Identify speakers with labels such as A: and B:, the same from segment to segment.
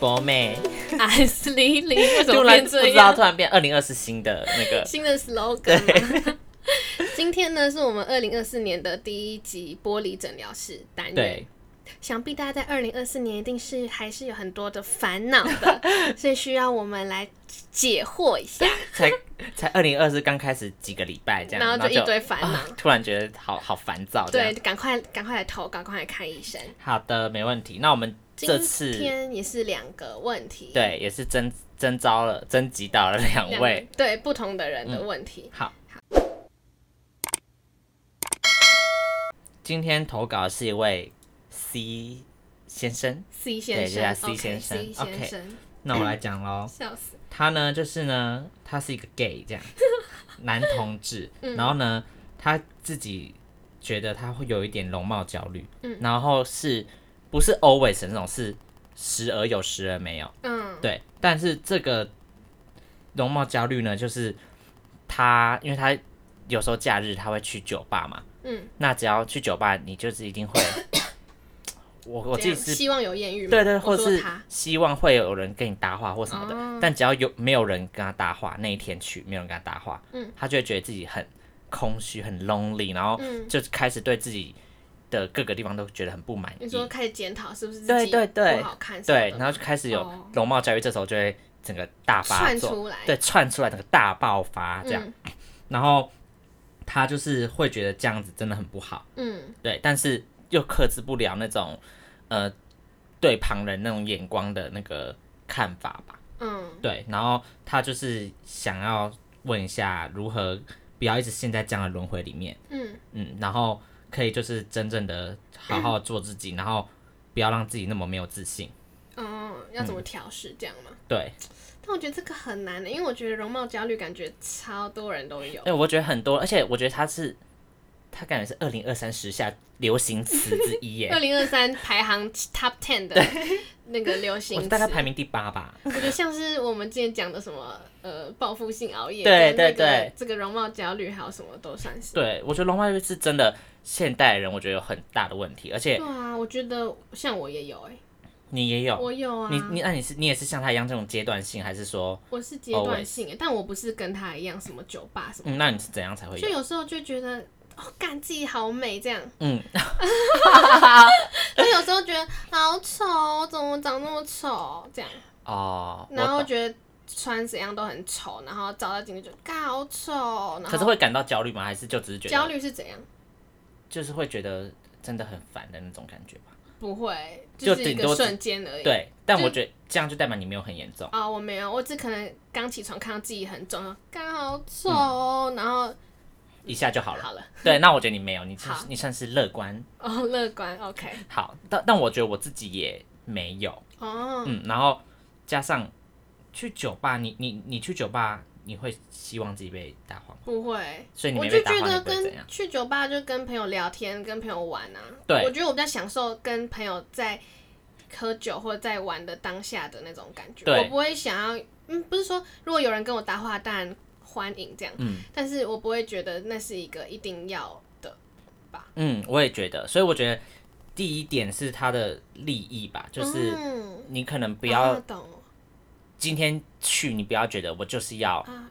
A: 博美，
B: 矮死零零，啊为什
A: 突
B: 么
A: 然
B: 变
A: 不
B: 这
A: 知道
B: 样
A: 突？然变二零二四新的那个，
B: 新的 slogan 嘛。今天呢，是我们二零二四年的第一集玻璃诊疗室单元。
A: 对，
B: 想必大家在二零二四年一定是还是有很多的烦恼的， 所以需要我们来解惑一下。
A: 才才二零二四刚开始几个礼拜这样，
B: 然后就一堆烦恼
A: 啊突然觉得好好烦躁这
B: 对，
A: 样。
B: 赶快赶快来投稿，赶快来看医生。
A: 好的，没问题。那我们这
B: 今
A: 次
B: 天也是两个问题，
A: 对也是征征招了，征集到了两
B: 两个
A: 位。嗯
B: 对不同的人的问题。
A: 好，今天投稿是一位 C 先生，
B: C 先
A: 对
B: 生
A: 就叫 C 先生
B: o k c
A: OK
B: 先生，
A: 那我来讲喽。
B: 笑死。
A: 他呢，就是呢，他是一个 gay 这样，男同 志。然后呢，他自己觉得他会有一点容貌焦虑，然后是不是 always 的那种是时而有，时而没有。
B: 嗯
A: 对，但是这个容貌焦虑呢，就是他，因为他有时候假日他会去酒吧嘛，
B: 嗯，
A: 那只要去酒吧，你就是一定会， 我我
B: 这
A: 自己
B: 样
A: 是
B: 希望有艳遇吗？
A: 对对，
B: 我
A: 或
B: 说
A: 是
B: 他
A: 希望会有人跟你搭话或什么的，
B: 哦
A: 但只要有没有人跟他搭话，那一天去没有人跟他搭话，
B: 嗯，
A: 他就会觉得自己很空虚、很 lonely，然后
B: 嗯
A: 就开始对自己的各个地方都觉得很不满意。
B: 你说开始检讨是不是自己
A: 对对对
B: 不好看什么的
A: 对，然后就开始有
B: 哦
A: 容貌焦虑，这时候就会整个大发
B: 窜
A: 作，
B: 出来，
A: 对，窜出来整个大爆发这样，
B: 嗯
A: 然后他就是会觉得这样子真的很不好。
B: 嗯
A: 对，但是又克制不了那种呃对旁人那种眼光的那个看法吧。
B: 嗯
A: 对，然后他就是想要问一下如何不要一直陷在这样的轮回里面，
B: 嗯
A: 嗯，然后可以就是真正的好好做自己，然后不要让自己那么没有自信。
B: 哦，要怎么调试这样吗？
A: 对，
B: 但我觉得这个很难的，因为我觉得容貌焦虑感觉超多人都有
A: 哎、，我觉得很多，而且我觉得他是他感觉是二零二三时下流行词之一
B: 二
A: 耶，
B: 零二三排行 top ten 的 那个流行
A: 我
B: 词，
A: 大概排名第八吧。
B: 我觉得像是我们之前讲的什么呃报复性熬夜，
A: 对
B: 跟那个
A: 对对，
B: 这个容貌焦虑还有什么都算是。
A: 对，我觉得容貌焦虑是真的现代人，我觉得有很大的问题，而且
B: 对啊，我觉得像我也有哎、
A: 你也有，
B: 我有啊，
A: 哦你你那你是你也是像他一样这种阶段性，还是说，
B: 我是
A: 哦
B: 阶段性哎、但我不是跟他一样什么酒吧什么，
A: 嗯，那你是怎样才会
B: 就
A: 有？
B: 有时候就觉得哦，干自己好美这样，
A: 嗯，
B: 但有时候觉得好丑，怎么长那么丑这样，
A: 哦，我
B: 然后
A: 懂
B: 觉得穿怎样都很丑，然后照到镜子就干好丑，然
A: 可是
B: 后
A: 会感到焦虑吗？还是就只是觉得
B: 焦，虑是怎样？
A: 就是会觉得真的很烦的那种感觉吧？
B: 不会，
A: 就是
B: 一
A: 顶
B: 个
A: 多只
B: 瞬间而已。
A: 对，但
B: 就
A: 我觉得这样就代表你没有很严重。
B: 啊、我没有，我只可能刚起床看到自己很重，然后刚好丑哦、然后
A: 一下就嗯好了。
B: 好了，
A: 对，那我觉得你没有，你算
B: 好
A: 你算是乐观。
B: 哦，乐观，OK，
A: 好，但但我觉得我自己也没有。
B: 哦，
A: 嗯，然后加上去酒吧，你你你去酒吧，你会希望自己被搭话吗？
B: 不会，
A: 所以你
B: 我
A: 没
B: 就
A: 被搭
B: 觉
A: 话，你
B: 得
A: 不会怎
B: 跟
A: 样？
B: 去酒吧就跟朋友聊天，跟朋友玩啊，
A: 对
B: 我觉得我比较享受跟朋友在喝酒或者在玩的当下的那种感觉，
A: 对
B: 我不会想要，嗯，不是说如果有人跟我搭话，当然欢迎这样，
A: 嗯
B: 但是我不会觉得那是一个一定要的，
A: 嗯，我也觉得，所以我觉得第一点是他的利益吧，就是
B: 嗯、
A: 你可能不
B: 啊
A: 要
B: 懂
A: 今天去，你不要觉得我就是要
B: 啊，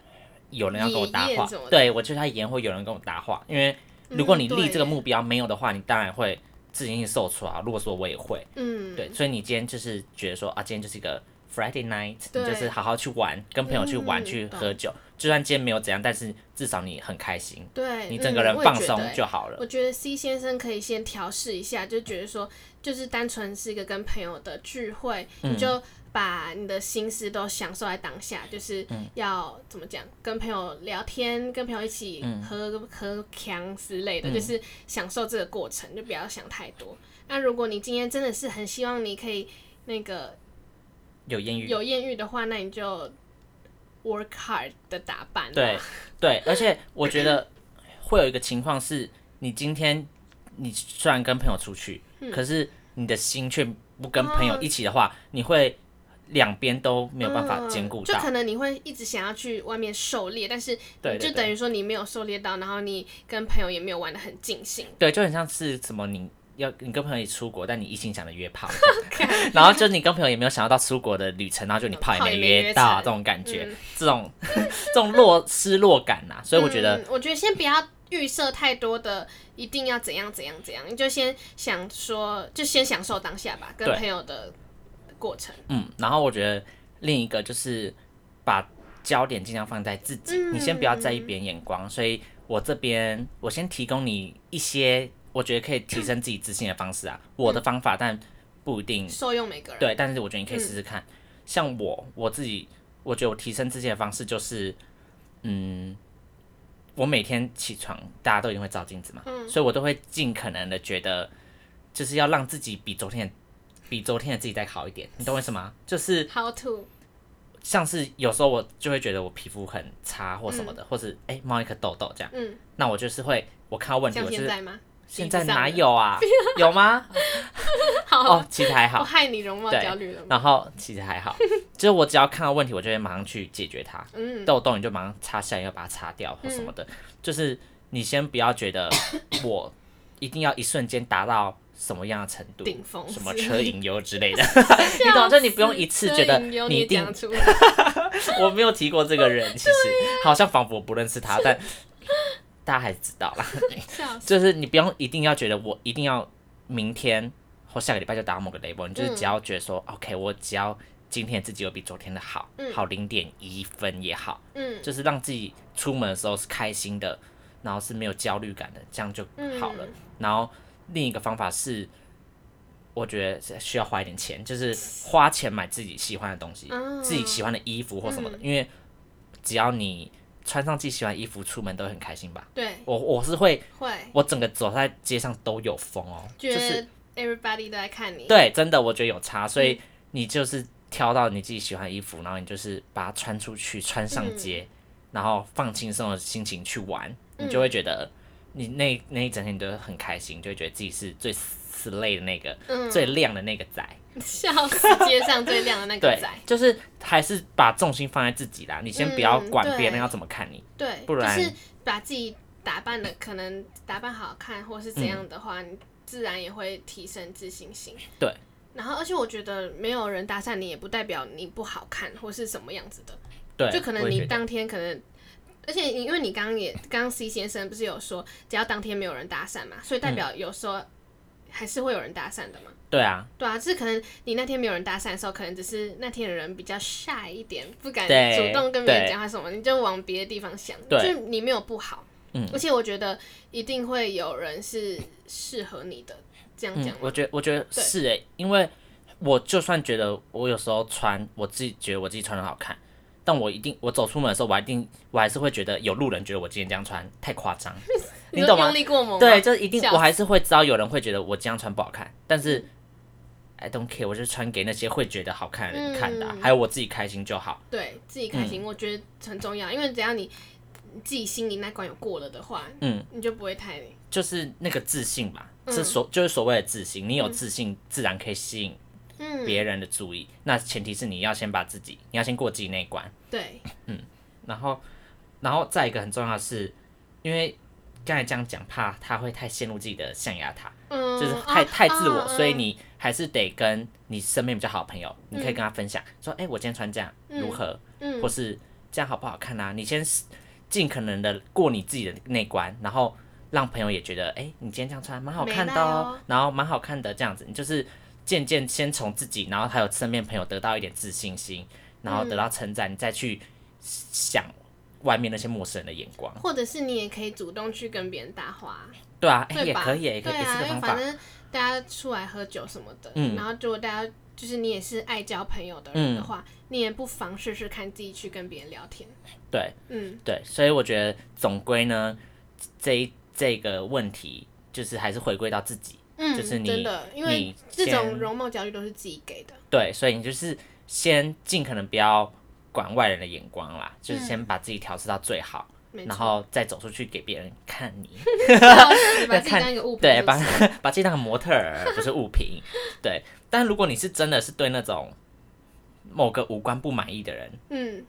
A: 有人要跟我搭
B: 野
A: 话
B: 宴什么的，
A: 对我就是要演或有人跟我搭话，因为如果
B: 嗯
A: 你
B: 对
A: 立这个目标没有的话，你当然会自信心受挫啊。如果说我也会，
B: 嗯，
A: 对，所以你今天就是觉得说啊，今天就是一个 Friday night，你就
B: 对
A: 是好好去玩，跟朋友去玩、
B: 嗯
A: 去
B: 懂
A: 喝酒，就算今天没有怎样，但是至少你很开心，
B: 对，
A: 你整个
B: 嗯
A: 人
B: 我也
A: 放
B: 觉
A: 松
B: 得欸
A: 就好了。
B: 我觉得 C 先生可以先调试一下，就觉得说，就是单纯是一个跟朋友的聚会，
A: 嗯
B: 你就把你的心思都享受在当下，就是
A: 嗯
B: 要、怎么讲，跟朋友聊天，跟朋友一起
A: 嗯
B: 喝、喝强之类的，就是享受这个过程，就不要想太多。那如果你今天真的是很希望你可以那个
A: 有艳遇，
B: 有艳遇的话，那你就 work hard 的打扮，
A: 对，对，而且我觉得会有一个情况是，你今天你虽然跟朋友出去，
B: 嗯
A: 可是你的心却不跟朋
B: 哦
A: 友一起的话，你会两边都没有办法兼顾
B: 嗯。就
A: 到。
B: 可能你会一直想要去外面狩猎，但是
A: 对对
B: 就
A: 对
B: 等于说你没有狩猎到，然后你跟朋友也没有玩的很尽兴。
A: 对，就很像是什么你要你跟朋友一起出国，但你一心想着约炮， 然后就你跟朋友也没有想要到出国的旅程，然后就你炮也
B: 嗯炮
A: 没
B: 也没
A: 约
B: 约
A: 到，
B: 成嗯
A: 这种感觉，这种 这种落失落感呐、所以我觉得
B: 嗯，我觉得先不要预设太多的，一定要怎样怎样怎样，你就先想说，就先享受当下吧，跟
A: 对
B: 朋友的过程。
A: 嗯，然后我觉得另一个就是把焦点尽量放在自己，
B: 嗯
A: 你先不要在意别人眼光。所以我这边我先提供你一些我觉得可以提升自己自信的方式啊，我的方法，但不一定
B: 受用每个人。嗯
A: 对，但是我觉得你可以试试看。像我我自己，我觉得我提升自己的方式就是，嗯，我每天起床，大家都一定会照镜子嘛，
B: 嗯
A: 所以我都会尽可能的觉得，就是要让自己比昨天的比昨天的自己再好一点，你懂我意思吗？就是
B: ，How to？
A: 像是有时候我就会觉得我皮肤很差或什么的，或是哎冒一颗痘痘这样，
B: 嗯，
A: 那我就是会我看到问题，
B: 像
A: 我就
B: 现
A: 是
B: 在吗？
A: 现
B: 比不
A: 在
B: 上
A: 哪
B: 了
A: 有啊？有吗？
B: 好，
A: 哦，其实还好
B: 我。害你容貌
A: 对
B: 焦虑了吗？
A: 然后其实 还好，就是我只要看到问题，我就会马上去解决它。
B: 嗯
A: 痘痘你就马上擦下来，要把它擦掉或什么的。就是你先不要觉得我一定要一瞬间达到什么样的程度，
B: 顶峰
A: 什么
B: 之
A: 车
B: 类
A: 引油之类的，
B: 你
A: 你懂？就你不用一次觉得
B: 你
A: 你一
B: 也
A: 定
B: 讲出来，
A: 我没有提过这个人，其实 好像仿佛不认识他，但大家还是知道啦。
B: 笑死。
A: 就是你不用一定要觉得我一定要明天或下个礼拜就达到某个 level，你
B: 嗯
A: 就是只要觉得说、OK，我只要今天自己有比昨天的好，好零点一分也好，
B: 嗯
A: 就是让 自己出门的时候是开心的，然后是没有焦虑感的，这样就好
B: 嗯
A: 了。然后另一个方法是，我觉得是需要花一点钱，就是花钱买自己喜欢的东西，
B: 嗯
A: 自己喜欢的衣服或什么的，因为只要你穿上自己喜欢的衣服出门都会很开心吧。
B: 对，
A: 我我是会
B: 会
A: 我整个走在街上都有风哦，就
B: 觉
A: 是
B: 得 everybody 都在看你。
A: 对，真的我觉得有差，所
B: 嗯
A: 以你就是挑到你自己喜欢的衣服，然后你就是把它穿出去，穿上街，
B: 嗯
A: 然后放轻松的心情去玩，你就会觉得你那那一整天你都很开心，就会觉得自己是最 slay 的那个，
B: 嗯
A: 最亮的那个仔。
B: 笑死，街上最亮的那 个
A: 对
B: 仔。，
A: 就是还是把重心放在自己啦，你先不要
B: 嗯
A: 管别人
B: 对
A: 要怎么看你。
B: 对，
A: 不然
B: 就是把自己打扮的可能打扮好看，或是怎样的话，你自然也会提升自信心。
A: 对。
B: 然后，而且我觉得没有人搭讪你，也不代表你不好看或是什么样子的，
A: 对，
B: 就可能
A: 我也
B: 你
A: 觉得
B: 当天可能。而且你，因为你刚刚也刚刚 C 先生不是有说，只要当天没有人搭讪嘛，所以
A: 嗯
B: 代表有时候还是会有人搭讪的嘛。
A: 对啊，
B: 对啊，就是可能你那天没有人搭讪的时候，可能只是那天的人比较晒一点，不敢
A: 对
B: 主动跟别人
A: 对
B: 讲话什么，你就往别的地方想，
A: 对
B: 就是你没有不好。
A: 嗯，
B: 而且我觉得一定会有人是适合你的，这样
A: 嗯
B: 讲，吗、
A: 我觉得我觉得
B: 对
A: 是诶、因为我就算觉得我有时候穿，我自己觉得我自己穿的好看，但我一定我走出门的时候，我还一定我还是会觉得有路人觉得我今天这样穿太夸张，你
B: 说
A: 懂吗
B: 用？力过猛吗，
A: 对，就是一定
B: 笑
A: 我
B: 死嗯
A: 还是会知道有人会觉得我这样穿不好看，但是 I don't care，我就穿给那些会觉得好看的人看的啊、
B: 嗯
A: 还有我自己开心就好。
B: 对自己开心，
A: 嗯
B: 我觉得很重要，因为只要你你自己心里那关有过了的话，
A: 嗯，
B: 你就不会太
A: 就是那个自信吧，
B: 嗯
A: 是所就是所谓的自信，你有自信，自然可以吸引
B: 嗯，
A: 别人的注意。那前提是你要先把自己，你要先过自己那一关。
B: 对，
A: 然后，然后再一个很重要的是，因为刚才这样讲，怕他会太陷入自己的象牙塔，
B: 嗯，
A: 就是太
B: 啊
A: 太自我，
B: 啊
A: 所以你还是得跟你身边比较好的朋友，你可以跟他分享说，哎、我今天穿这样如何，
B: 嗯
A: 或是这样好不好看啊？你先试尽可能的过你自己的那关，然后让朋友也觉得，哎、你今天这样穿蛮好看的
B: 美奈
A: 哦
B: 哦，
A: 然后蛮好看的这样子，你就是渐渐先从自己，然后还有身边朋友得到一点自信心，然
B: 嗯
A: 后得到称赞，你再去想外面那些陌生人的眼光，
B: 或者是你也可以主动去跟别人搭话，
A: 对啊，哎、
B: 对
A: 也
B: 吧？
A: 可以，也可
B: 对
A: 以，也是
B: 啊，因
A: 个
B: 为
A: 方法
B: 反，正大家出来喝酒什么的，
A: 嗯
B: 然后如果大家就是你也是爱交朋友的人的话，你也不妨试试看自己去跟别人聊天。
A: 对。
B: 嗯，
A: 对，所以我觉得总归呢，这一这个问题就是还是回归到自己，
B: 嗯，
A: 就是你
B: 真的，因为
A: 你
B: 这种
A: 先
B: 容貌焦虑都是自己给的。
A: 对，所以你就是先尽可能不要管外人的眼光啦，就是先把自己调试到最好，
B: 嗯没
A: 然
B: 错，
A: 后再走出去给别人看 你，
B: 你把自己
A: 看
B: 当一个物品
A: 对，
B: 是不
A: 把
B: 是
A: 把自己当模特儿，不是物品，对。但如果你是真的是对那种某个五官不满意的人，
B: 嗯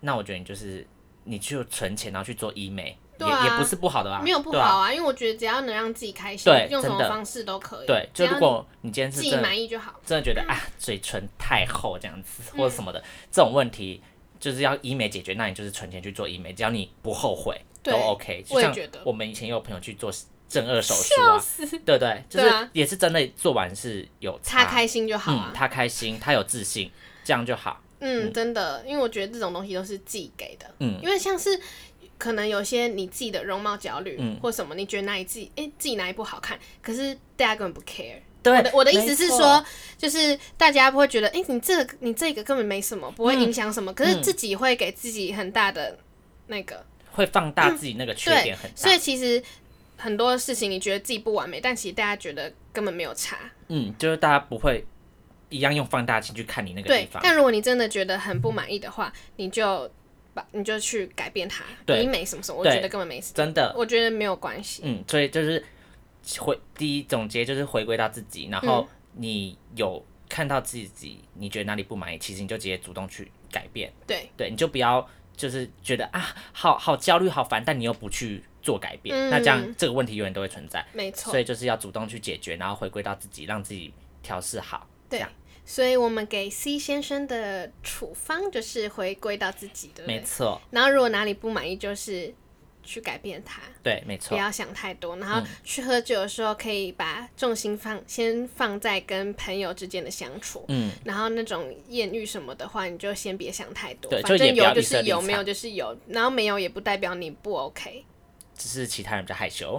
A: 那我觉得你就是你就存钱，然后去做医美，
B: 对啊
A: 也也不是不好的吧？
B: 没有不
A: 对
B: 好
A: 啊
B: 啊，因为我觉得只要能让自己开心
A: 对，
B: 用什么
A: 真的
B: 方式都可以。
A: 对，
B: 只
A: 就
B: 要
A: 如果你今天是
B: 自己
A: 真的
B: 满意就好。
A: 真的觉得啊嘴唇太厚这样子
B: 嗯
A: 或者什么的、这种问题，就是要医美解决，那你就是存钱去做医美，只要你不后悔
B: 对
A: 都 OK。就
B: 我也
A: 像
B: 觉得
A: 我们以前也有朋友去做正颚手术 啊，对对，就
B: 对
A: 是
B: 啊
A: 也是真的做完是有
B: 他开心就好
A: 嗯，
B: 啊。
A: 他开心，他有自信，这样就好。
B: 嗯，真的，因为我觉得这种东西都是自己给的。
A: 嗯
B: 因为像是可能有些你自己的容貌焦虑、
A: 嗯
B: 或什么，你觉得哪里自己哎、自己哪里不好看，可是大家根本不 care。
A: 对
B: 我的我的意
A: 没
B: 思是
A: 错
B: 说，就是大家不会觉得，哎、你这个你这个根本没什么，不会影响什
A: 嗯
B: 么、可是自己会给自己很大的那个，
A: 会放大自己那个缺
B: 对
A: 点很大。
B: 所以其实很多事情你觉得自己不完美，但其实大家觉得根本没有差。
A: 嗯，就是大家不会一样用放大镜去看你那个地
B: 对，
A: 方。
B: 但如果你真的觉得很不满意的话，你就把你就去改变它，
A: 对
B: 医美什么什么，我
A: 对
B: 觉得根本没事，
A: 真的，
B: 我觉得没有关系。
A: 嗯，所以就是回第一总结就是回归到自己，然
B: 嗯
A: 后你有看到自己你觉得哪里不满意，其实你就直接主动去改变。
B: 对，
A: 对，你就不要就是觉得啊，好好焦虑、好烦，但你又不去做改变，
B: 嗯
A: 那这样这个问题永远都会存在。
B: 没错
A: 所。以就是要主动去解决，然后回归到自己，让自己调试好。
B: 对
A: 这样，
B: 所以我们给 C 先生的处方就是回归到自己，对不
A: 没
B: 对？
A: 错，
B: 然后如果哪里不满意，就是去改变它，
A: 对，没
B: 不
A: 错，嗯
B: 要想太多。然后去喝酒的时候，可以把重心放先放在跟朋友之间的相处。
A: 嗯，
B: 然后那种艳遇什么的话，你就先别想太多，
A: 对
B: 反
A: 就也
B: 正
A: 不要
B: 有就
A: 预设
B: 是
A: 立
B: 有，
A: 场
B: 没有就是有，然后没有也不代表你不 OK。
A: 只是其他人比较害 羞，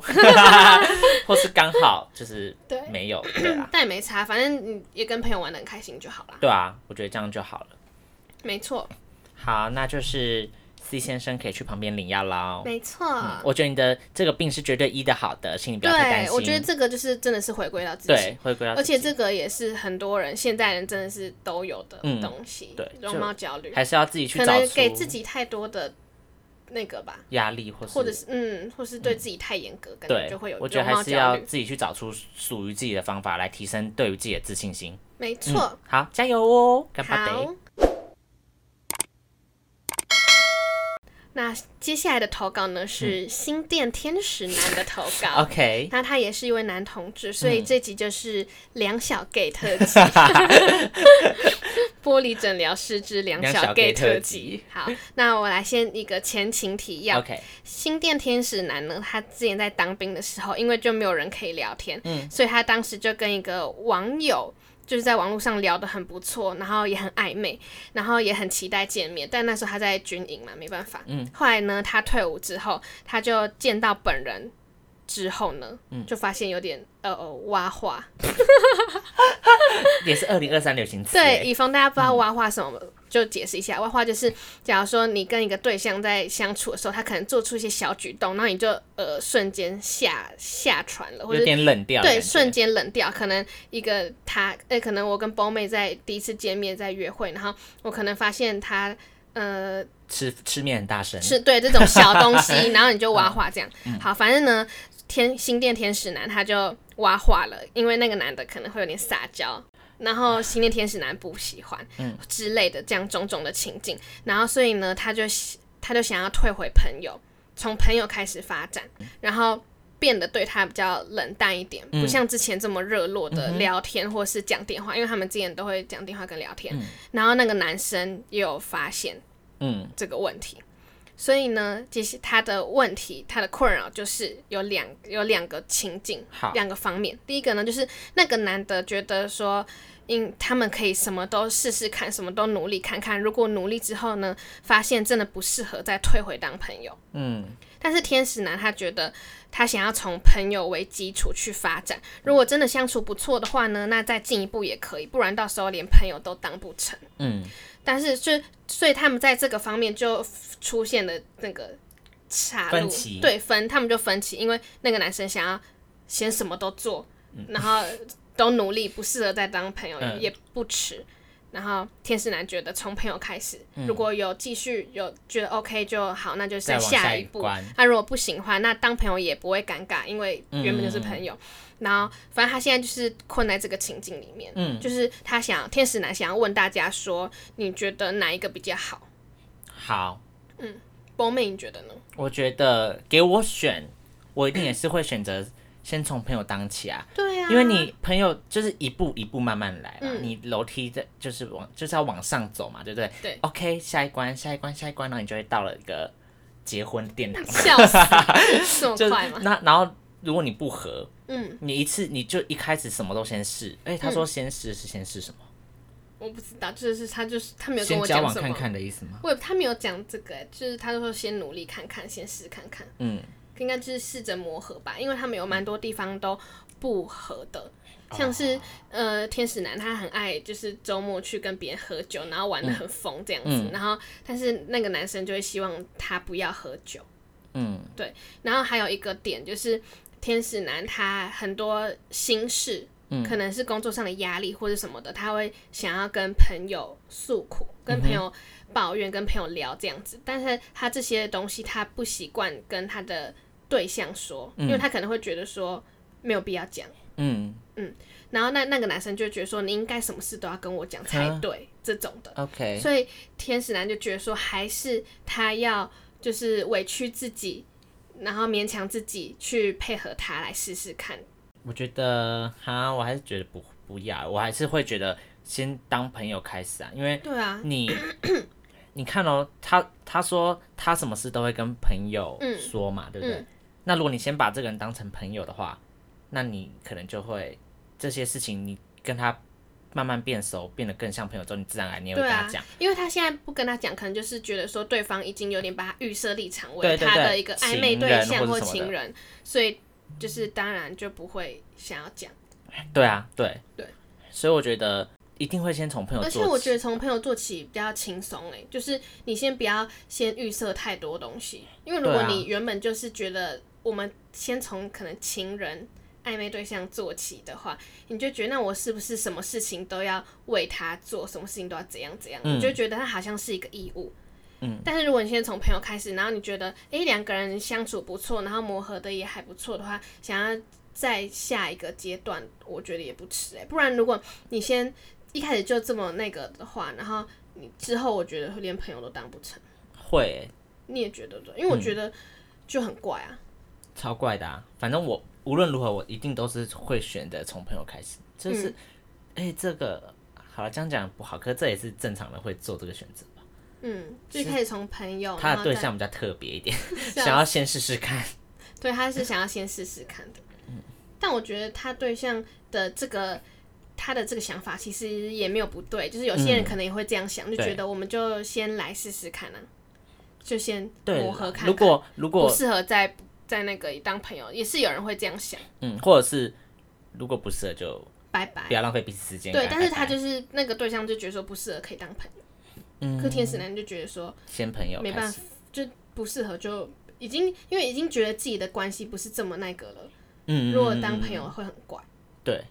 A: 或是刚好就是
B: 对
A: 没有，对啊，
B: 但也没差，反正你也跟朋友玩的很开心就好啦。
A: 对啊，我觉得这样就好了。
B: 没错，
A: 哦好，那就是 C 先生可以去旁边领药喽。
B: 没错。
A: 嗯我觉得你的这个病是绝对医的好的，请你不要太担
B: 对，
A: 心。
B: 我觉得呃这个就是真的是回归到自己，
A: 对，回归到
B: 而
A: 自
B: 且
A: 己
B: 这个也是很多人现代人真的是都有的
A: 嗯
B: 东西，
A: 对
B: 容
A: 就
B: 貌焦虑，
A: 还是要自己去
B: 可
A: 找
B: 能
A: 出
B: 给自己太多的那个吧，
A: 压力，或是
B: 或者是嗯，或是对自己太严格，感觉
A: 对
B: 就会有，
A: 我觉得
B: 容
A: 还
B: 貌
A: 是
B: 焦
A: 要
B: 虑。
A: 自己去找出属于自己的方法来提升对于自己的自信心。
B: 没错，
A: 好，加油哦，干巴得
B: 好。那接下来的投稿呢是新店天使男的投稿。
A: 嗯 ，OK，嗯
B: 那他也是一位男同志，所以这集就是两小 gay 特 辑，玻璃诊疗师之两
A: 两
B: 小
A: 小
B: gay
A: gay
B: 特
A: 特
B: 辑
A: 辑。
B: 好，那我来先一个前情 提要。
A: ，OK，
B: 新店天使男呢，他之前在当兵的时候，因为就没有人可以聊天，所以他当时就跟一个网友。就是在网络上聊得很不错，然后也很暧昧，然后也很期待见面。但那时候他在军营嘛，没办法。嗯。后来呢，他退伍之后，他就见到本人之后呢，就发现有点呃挖话，
A: 也是二零二三流行词。
B: 对，，以防大家不知
A: 嗯
B: 道挖话什么，就解释一下。挖话就是，假如说你跟一个对象在相处的时候，他可能做出一些小举动，然后你就呃瞬间下下船了，或者
A: 有点冷掉的感
B: 对
A: 觉。
B: 瞬间冷掉。可能一个他，哎、可能我跟包妹在第一次见面在约会，然后我可能发现他。呃，
A: 吃吃面很大声。
B: 是对这种小东西，然后你就挖话这样。好，反正呢，天新店天使男他就挖话了，因为那个男的可能会有点撒娇，然后新店天使男不喜欢，之类的这样种种的情境，然后所以呢，他就喜他就想要退回朋友，从朋友开始发展，然后。变得对他比较冷淡一点，不像之前这么热络的聊天或是讲电话，因为他们之前都会讲电话跟聊天。然后那个男生也有发现，
A: 嗯，
B: 这个问题。所以呢，其实他的问题，他的困扰就是有两有两个情境
A: 好，
B: 两个方面。第一个呢，就是那个男的觉得说，因他们可以什么都试试看，什么都努力看看。如果努力之后呢，发现真的不适合，再退回当朋友。
A: 嗯，
B: 但是天使男他觉得他想要从朋友为基础去发展，如果真的相处不错的话呢，那再进一步也可以，不然到时候连朋友都当不成。
A: 嗯，
B: 但是就所以他们在这个方面就出现了那个岔路
A: 分，歧
B: 对分，他们就分歧，因为那个男生想要先什么都做，然后都努力，不适合再当朋友，
A: 嗯
B: 也不迟。然后天使男觉得从朋友开始，
A: 嗯
B: 如果有继续有觉得 OK 就好，那就
A: 再
B: 再
A: 往
B: 下
A: 一
B: 步。
A: 关。
B: 那、如果不行的话，那当朋友也不会尴尬，因为原本就是朋友。
A: 嗯
B: 然后，反正他现在就是困在这个情境里面，嗯，就是他想天使男想要问大家说，你觉得哪一个比较好？
A: 好，
B: 博妹，你觉得呢？
A: 我觉得给我选，我一定也是会选择先从朋友当起啊，
B: 对啊，
A: 因为你朋友就是一步一步慢慢来嘛，
B: 嗯
A: 你楼梯的就是往就是要往上走嘛，对不对？
B: 对
A: OK，下一关，下一关，下一关，然后你就会到了一个结婚殿 堂，
B: 笑死，这
A: 就
B: 么快吗？
A: 那然后如果你不合，
B: 嗯，
A: 你一次你就一开始什么都先试，哎、他说先试是先试什么？
B: 我不知道，就是他就是他没有跟
A: 先
B: 我
A: 交
B: 讲
A: 往
B: 什
A: 看
B: 么，
A: 看的意思吗？
B: 我也他没有讲这个、欸就是他就说先努力看看，先试看看，
A: 嗯，
B: 应该就是试着磨合吧，因为他们有蛮多地方都不合的，
A: 哦
B: 像是、呃天使男他很爱就是周末去跟别人喝酒，然后玩
A: 嗯
B: 的很疯这样子，然后但是那个男生就会希望他不要喝酒，
A: 嗯，
B: 对，然后还有一个点就是天使男他很多心事。
A: 嗯
B: 可能是工作上的压力或者什么的，他会想要跟朋友诉苦，跟
A: 嗯
B: 朋友抱怨，跟朋友聊这样子。但是他这些东西他不习惯跟他的对象说，因为他可能会觉得说没有必要讲。
A: 嗯
B: 然后那那个男生就觉得说你应该什么事都要跟我讲才对这种的，
A: ，OK，
B: 所以天使男就觉得说还是他要就是委屈自己，然后勉强自己去配合他来试试看。
A: 我觉得哈，我还是觉得不不要，我还是会觉得先当朋友开始啊，因为
B: 对啊，
A: 你你看哦，他他说他什么事都会跟朋友
B: 嗯
A: 说嘛，对不对？
B: 嗯
A: 那如果你先把这个人当成朋友的话，那你可能就会这些事情你跟他慢慢变熟，变得更像朋友之后，你自然而然你也会
B: 对
A: 跟他
B: 啊
A: 讲。，
B: 因为他现在不跟他讲，可能就是觉得说对方已经有点把他预设立场
A: 对
B: 为
A: 对
B: 他
A: 对
B: 的一个暧昧
A: 情
B: 对
A: 人
B: 象
A: 或
B: 或
A: 者什么
B: 情
A: 的
B: 人，所以就是当然就不会想要讲。
A: 对啊，对
B: 对，
A: 所以我觉得一定会先从朋友做
B: 而
A: 起。
B: 且我觉得从朋友做起比较轻松诶，就是你先不要先预设太多东西，因为如
A: 对
B: 果
A: 啊
B: 你原本就是觉得我们先从可能情人。暧昧对象做起的话，你就觉得那我是不是什么事情都要为他做，什么事情都要怎样怎样？
A: 嗯
B: 你就觉得他好像是一个义务。
A: 嗯。
B: 但是如果你先从朋友开始，然后你觉得诶两个人相处不错，然后磨合的也还不错的话，想要在下一个阶段，我觉得也不迟诶，不然如果你先一开始就这么那个的话，然后你之后我觉得会连朋友都当不成。
A: 会欸、
B: 你也觉得对？因为
A: 嗯
B: 我觉得就很怪啊。
A: 超怪的、啊。反正我无论如何，我一定都是会选择从朋友开始。
B: 嗯
A: 就是，哎、这个好了，这样讲不好，可是这也是正常的会做这个选择吧。
B: 嗯，就一开始从朋友，
A: 他
B: 然后
A: 的对
B: 再
A: 象比较特别一点，
B: 笑
A: 想要先试试看。
B: 对，他是想要先试试看的。
A: 嗯
B: 但我觉得他对象的这个他的这个想法其实也没有不对，就是有些人可能也会这样想，就
A: 嗯对
B: 觉得我们就先来试试看啊，就先
A: 对
B: 磨合看看。
A: 如果如
B: 不
A: 果
B: 适合在在那个当朋友，也是有人会这样想，
A: 嗯，或者是如果不适合，就
B: 拜拜。
A: 不要浪费彼此时
B: 哎
A: 间。
B: 对，
A: 赶快
B: 但是
A: 拜
B: 他
A: 拜
B: 就是那个对象就觉得说不适合可以当朋友，
A: 嗯
B: 可天使男就觉得说
A: 先朋友
B: 没
A: 开
B: 办
A: 始
B: 法，，就不适合就已经因为已经觉得自己的关系不是这么那个了，
A: 嗯，
B: 如果
A: 嗯
B: 当
A: 嗯
B: 朋友会很怪。
A: 对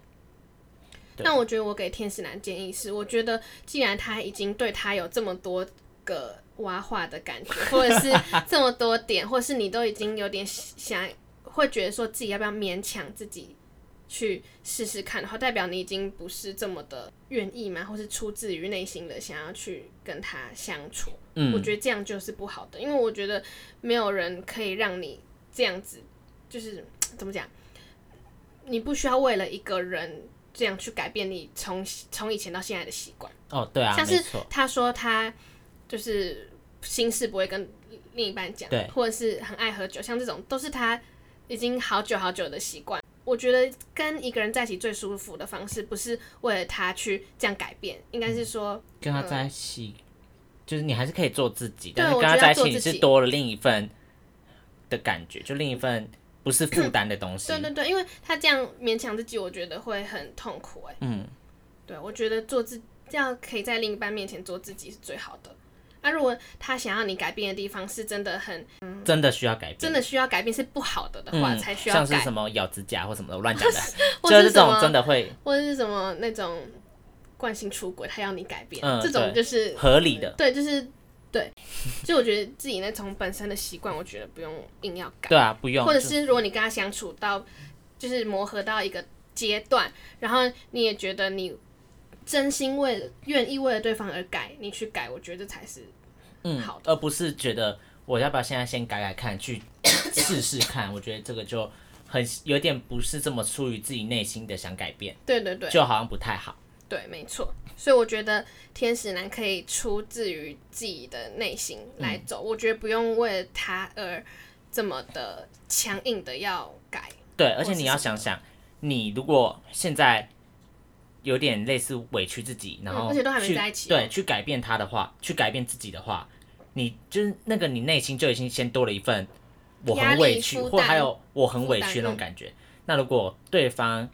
A: 对
B: 但我觉得我给天使男建议是，我觉得既然他已经对他有这么多个挖话的感觉， 或者是这么多点，或是你都已经有点想会觉得说自己要不要勉强自己去试试看的话，代表你已经不是这么的愿意嘛，或是出自于内心的想要去跟他相处。
A: 嗯，
B: 我觉得这样就是不好的，因为我觉得没有人可以让你这样子，就是怎么讲，你不需要为了一个人这样去改变你从从以前到现在的习惯。
A: 哦对啊，
B: 像
A: 没
B: 是
A: 错，
B: 他说他就是心事不会跟另一半讲
A: 对，
B: 或者是很爱喝酒，像这种都是他已经好久好久的习惯。我觉得跟一个人在一起最舒服的方式，不是为了他去这样改变，应该是说，
A: 跟他在一起，就是你还是可以做自己，
B: 呃对
A: 但是
B: 我
A: 跟他
B: 觉得要
A: 在一起，
B: 做
A: 你
B: 自己
A: 是多了另一份的感觉，就另一份不是负担的东西
B: 对。对对，因为他这样勉强自己，我觉得会很痛苦哎、
A: 嗯，
B: 对，我觉得做自这样可以在另一半面前做自己是最好的。那、如果他想要你改变的地方是真的很
A: 真的需要改变，
B: 真的需要改变，是不好的的话、
A: 嗯
B: 才需要
A: 像是
B: 改，
A: 什么咬指甲或什么的，我乱讲的，
B: 或
A: 就是是这
B: 什
A: 种
B: 么
A: 真的会
B: 或者是什么那种惯性出轨，他要你改变，
A: 嗯
B: 这种就
A: 对
B: 是
A: 合理的。
B: 对，就是对，就我觉得自己那从本身的习惯，我觉得不用硬要改，
A: 对啊，不用，
B: 或者
A: 就是
B: 如果你跟他相处到就是磨合到一个阶段，然后你也觉得你真心为了愿意为了对方而改，你去改，我觉得这才是
A: 嗯
B: 好，
A: 而不是觉得我要不要现在先改改看，去 试试看？我觉得这个就很有点不是这么出于自己内心的想改变，
B: 对对对
A: 就好像不太好。
B: 对，没错。所以我觉得天使男可以出自于自己的内心
A: 嗯
B: 来走，我觉得不用为了他而这么的强硬的要改。
A: 对，而且
B: 或是
A: 你要
B: 什么
A: 想想，你如果现在有点类似委屈自己，然后
B: 而且都还没
A: 去
B: 在一起哦
A: 对，去改变他的话，去改变自己的话，你就是那个你内心就已经先多了一份我
B: 压
A: 很
B: 力
A: 委屈，
B: 负
A: 或还
B: 担
A: 有我很
B: 负
A: 委
B: 担
A: 屈那种
B: 嗯
A: 感觉。那如果对方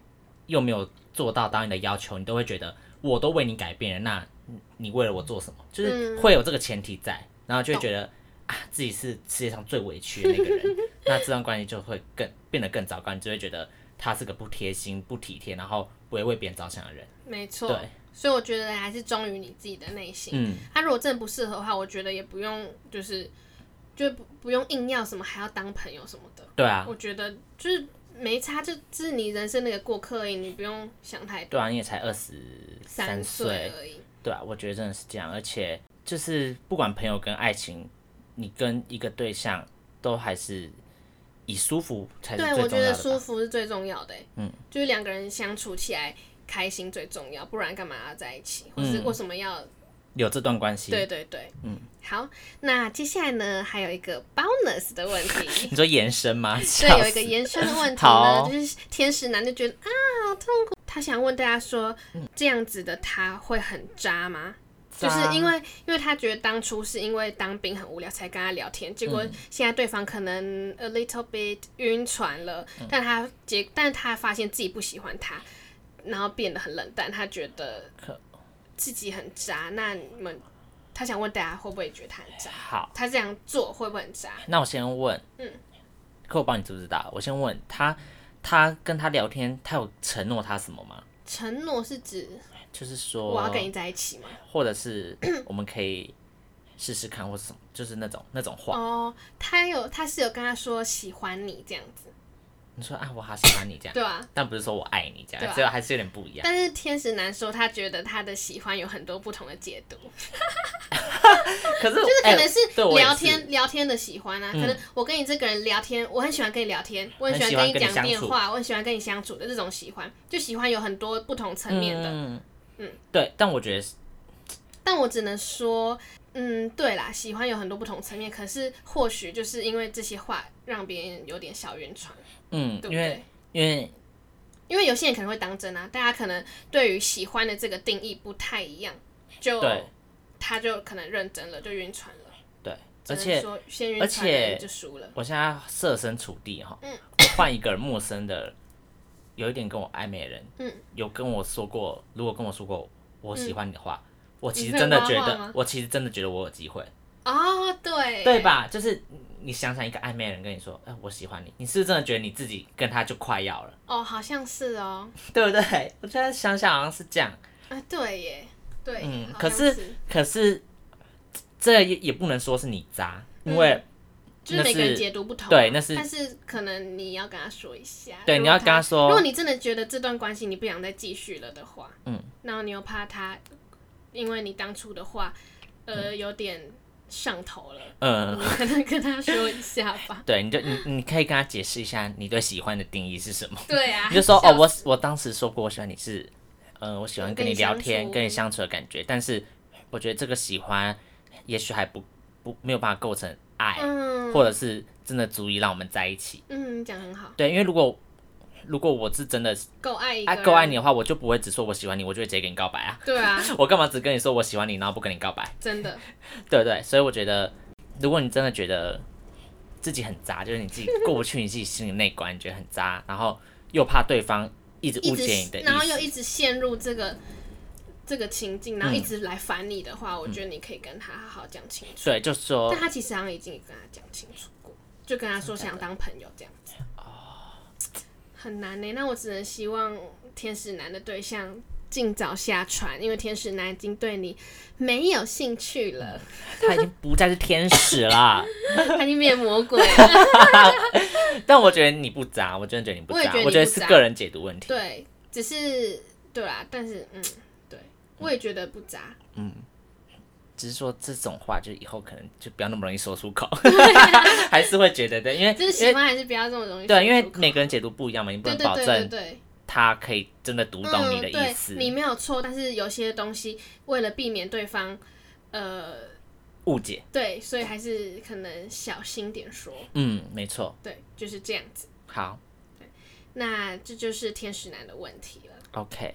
A: 又没有做到当你的要求，你都会觉得我都为你改变了，那你你为了我做什么？
B: 嗯
A: 就是会有这个前提在，然后就会觉得啊自己是世界上最委屈的那 个人，那这段关系就会更变得更糟糕，你就会觉得他是个不贴心、不体贴，然后不会为别人着想的人。
B: 没错。
A: 对，
B: 所以我觉得还是忠于你自己的内心。
A: 嗯，
B: 他、如果真的不适合的话，我觉得也不用就是就不不用硬要什么还要当朋友什么的。
A: 对啊，
B: 我觉得就是没差，就就是你人生那个过客而已，你不用想太多。
A: 对啊，你也才二十
B: 三
A: 岁
B: 岁，而已，
A: 对啊，我觉得真的是这样，而且就是不管朋友跟爱情，你跟一个对象都还是以舒服才是
B: 对
A: 最
B: 我
A: 重
B: 觉
A: 要
B: 得
A: 的
B: 舒
A: 吧。
B: 服是最重要的、嗯，就是两个人相处起来开心最重要，不然干嘛要在一起，或
A: 嗯
B: 是为什么要
A: 有这段关系，。
B: 对对对，嗯，好，那接下来呢，还有一个 bonus 的问题
A: 你说延伸吗？
B: 对，
A: 笑
B: 有一个
A: 死
B: 延伸的问题
A: 好
B: 呢，就是天使男就觉得啊，好痛苦。他想问大家说，
A: 嗯
B: 这样子的他会很渣吗？ 就是因为，因为他觉得当初是因为当兵很无聊才跟他聊天，结果现在对方可能 a little bit 晕船了，但他结，但他发现自己不喜欢他，然后变得很冷淡，他觉得
A: 可
B: 自己很渣。那你们，他想问大家会不会觉得他很渣？
A: 好，
B: 他这样做会不会很渣？
A: 那我先问，嗯，可我帮你知不知道？我先问他，他跟他聊天，他有承诺他什么吗？
B: 承诺是指
A: 就是说，
B: 我要跟你在一起吗？
A: 或 者是我们可以试试看，或是什么，就是那种那种话。
B: 哦，他有，他是有跟他说喜欢你这样子，
A: 你说啊，我好喜欢你这样，
B: 对啊。
A: 但不是说我爱你这
B: 对
A: 样，
B: 啊
A: 只有还是有点不一样。
B: 但是天使男说，他觉得他的喜欢有很多不同的解读，
A: 可是
B: 就是可能
A: 哎对我也嗯
B: 聊天、聊天的喜欢啊，可能我跟你这个人聊天，我很喜欢跟你聊天，我很喜欢跟
A: 很喜欢跟你
B: 讲电
A: 相处
B: 话，我很喜欢跟你相处的这种喜欢，就喜欢有很多不同层面的。
A: 嗯嗯，对，但我觉得是
B: 但我只能说，嗯，对啦，喜欢有很多不同层面，可是或许就是因为这些话让别人有点小晕船，
A: 嗯
B: 对，不
A: 因为
B: 对？
A: 因为
B: 因为有些人可能会当真啊，大家可能对于喜欢的这个定义不太一样，就
A: 对
B: 他就可能认真了，就晕船了。
A: 对，
B: 只
A: 而
B: 能
A: 且
B: 说先晕
A: 而
B: 船的人
A: 且
B: 就输了。
A: 我现在设身处地哈，
B: 嗯
A: 我换一个陌生的，有一点跟我暧昧的人，
B: 嗯，
A: 有跟我说过，如果跟我说过我喜欢你的话，我其
B: 你
A: 实
B: 会
A: 真的
B: 挖
A: 觉
B: 话
A: 得
B: 吗，
A: 我其实真的觉得我有机会，
B: 哦，对，
A: 对？吧？就是你想想一个暧昧的人跟你说，哎、我喜欢你，你是不是真的觉得你自己跟他就快要了，
B: 哦，好像是哦，
A: 对不对？我现在想想好像是这样，
B: 啊，对耶，对，
A: 嗯
B: 好
A: 可
B: 像
A: 是
B: 是
A: 可是这也也不能说是你渣，
B: 嗯
A: 因为、
B: 就是
A: 那
B: 每个人
A: 是
B: 解读不同啊，
A: 对那是
B: 但是可能你要跟他说一下，
A: 对
B: 如
A: 你
B: 果
A: 要跟他说
B: 如果你真的觉得这段关系你不想再继续了的话，
A: 嗯，
B: 然后你又怕他，因为你当初的话，呃，有点上头了，
A: 嗯。。
B: 你可能跟他说一下吧
A: 对，你就你你可以跟他解释一下你对喜欢的定义是什么。
B: 对啊，
A: 你就说
B: 笑
A: 哦，
B: 死
A: 我我当时说过我喜欢你是，呃，我喜欢跟
B: 跟你
A: 你聊
B: 相
A: 天、
B: 处
A: 跟你相处的感觉，但是我觉得这个喜欢也许还不不没有办法构成爱，
B: 嗯
A: 或者是真的足以让我们在一起。
B: 嗯，你讲得很好，
A: 对，因为如果如果我是真的
B: 够爱一个
A: 爱
B: 人
A: 啊够爱你，的哦话，我就不会只说我喜欢你，我就会直接跟你告白啊。
B: 对啊，
A: 我干嘛只跟你说我喜欢你，然后不跟你告白？
B: 真的，
A: 对不对？所以我觉得，如果你真的觉得自己很渣，就是你自己过不去你自己心里那一关，你觉得很渣，然后又怕对方一直
B: 一
A: 误解你
B: 直
A: 的意
B: 然后又
A: 思，
B: 一直陷入这个这个情境，然后
A: 嗯
B: 一直来烦你的话，我觉得你可以跟他好好讲清楚。
A: 对，就说
B: 但他其实好像已经跟他讲清楚过，就跟他说想当朋友这样子。很难呢、那我只能希望天使男的对象尽早下船，因为天使男已经对你没有兴趣 了，
A: 他已经不再是天使啦。
B: 他已经变魔鬼了。
A: 但我觉得你不渣，我真的觉得你不
B: 我也
A: 渣
B: 觉得，你
A: 我觉得
B: 不
A: 是
B: 渣
A: 个人解读问题。
B: 对，只啊是对啦，但是嗯，对，我也觉得不渣。
A: 只是说这种话，就以后可能就不要那么容易说出口，还是会觉得对，因为
B: 就是
A: 因
B: 喜
A: 为
B: 欢还是不要这么容易说出口。
A: 对，因为每个人解读不一样嘛，你不
B: 对
A: 能
B: 对
A: 保
B: 对对
A: 证
B: 对，
A: 他可以真的读懂你的意思
B: 嗯、，对你没有错，但是有些东西为了避免对方，呃，
A: 误解。
B: 对，所以还是可能小心点说，
A: 嗯，没错。
B: 对，就是这样子。
A: 好
B: 那这就是天使男的问题了。
A: ，OK，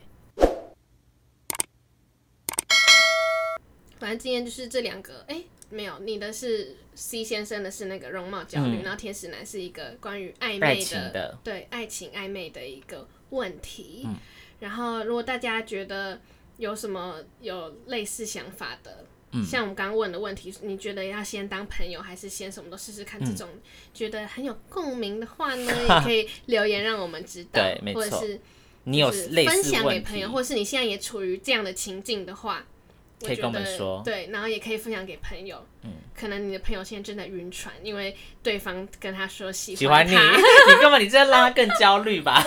B: 反正今天就是这两个，哎、没有，你的是 C 先生的是那个容貌焦虑，
A: 嗯
B: 然后天使男是一个关于暧
A: 爱
B: 昧
A: 情
B: 的，
A: 的，
B: 对爱情暧昧的一个问题。
A: 嗯
B: 然后，如果大家觉得有什么有类似想法的，
A: 嗯
B: 像我们刚刚问的问题，你觉得要先当朋友，还是先什么都试试看？这种、
A: 嗯
B: 觉得很有共鸣的话 呢，也可以留言让我们知道，
A: 对没
B: 或者
A: 错
B: 是
A: 你有
B: 就是
A: 类
B: 分
A: 似
B: 享给
A: 问
B: 朋
A: 题
B: 友，，或是你现在也处于这样的情境的话，
A: 可以跟我们
B: 觉得
A: 说
B: 对，然后也可以分享给朋友。嗯，可能你的朋友现在正在晕船，因为对方跟他说喜
A: 喜欢你，
B: 他
A: 你根本你这让他更焦虑吧？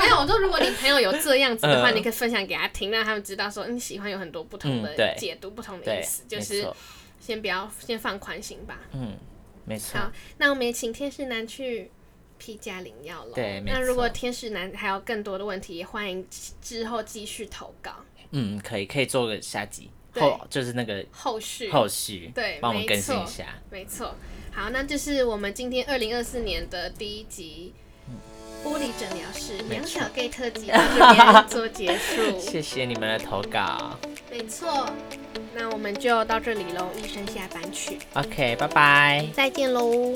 B: 没有，我说如果你朋友有这样子的话，
A: 嗯
B: 你可以分享给他听，让他们知道说你喜欢有很多不同
A: 嗯
B: 的
A: 对
B: 解读、不同的意
A: 对，
B: 思，就
A: 没
B: 是
A: 错，
B: 先不要先放宽心吧。
A: 嗯，没错，
B: 好，那我们也请天使男去批加灵药了。
A: 对没
B: 那如果
A: 错
B: 天使男还有更多的问题，也欢迎之后继续投稿
A: 嗯，可以，可以做个下集
B: 对
A: 后，就是那个
B: 后续。
A: 后续，
B: 对
A: 帮我们
B: 没
A: 更新
B: 错
A: 一下。
B: 没错，好，那就是我们今天二零二四年的第一集。玻璃诊疗室
A: 没
B: 两小 gay 特辑到这边做结束，
A: 谢谢你们的投稿
B: 没错，那我们就到这里喽，医生下班去，
A: ，OK，拜拜。
B: 再见喽。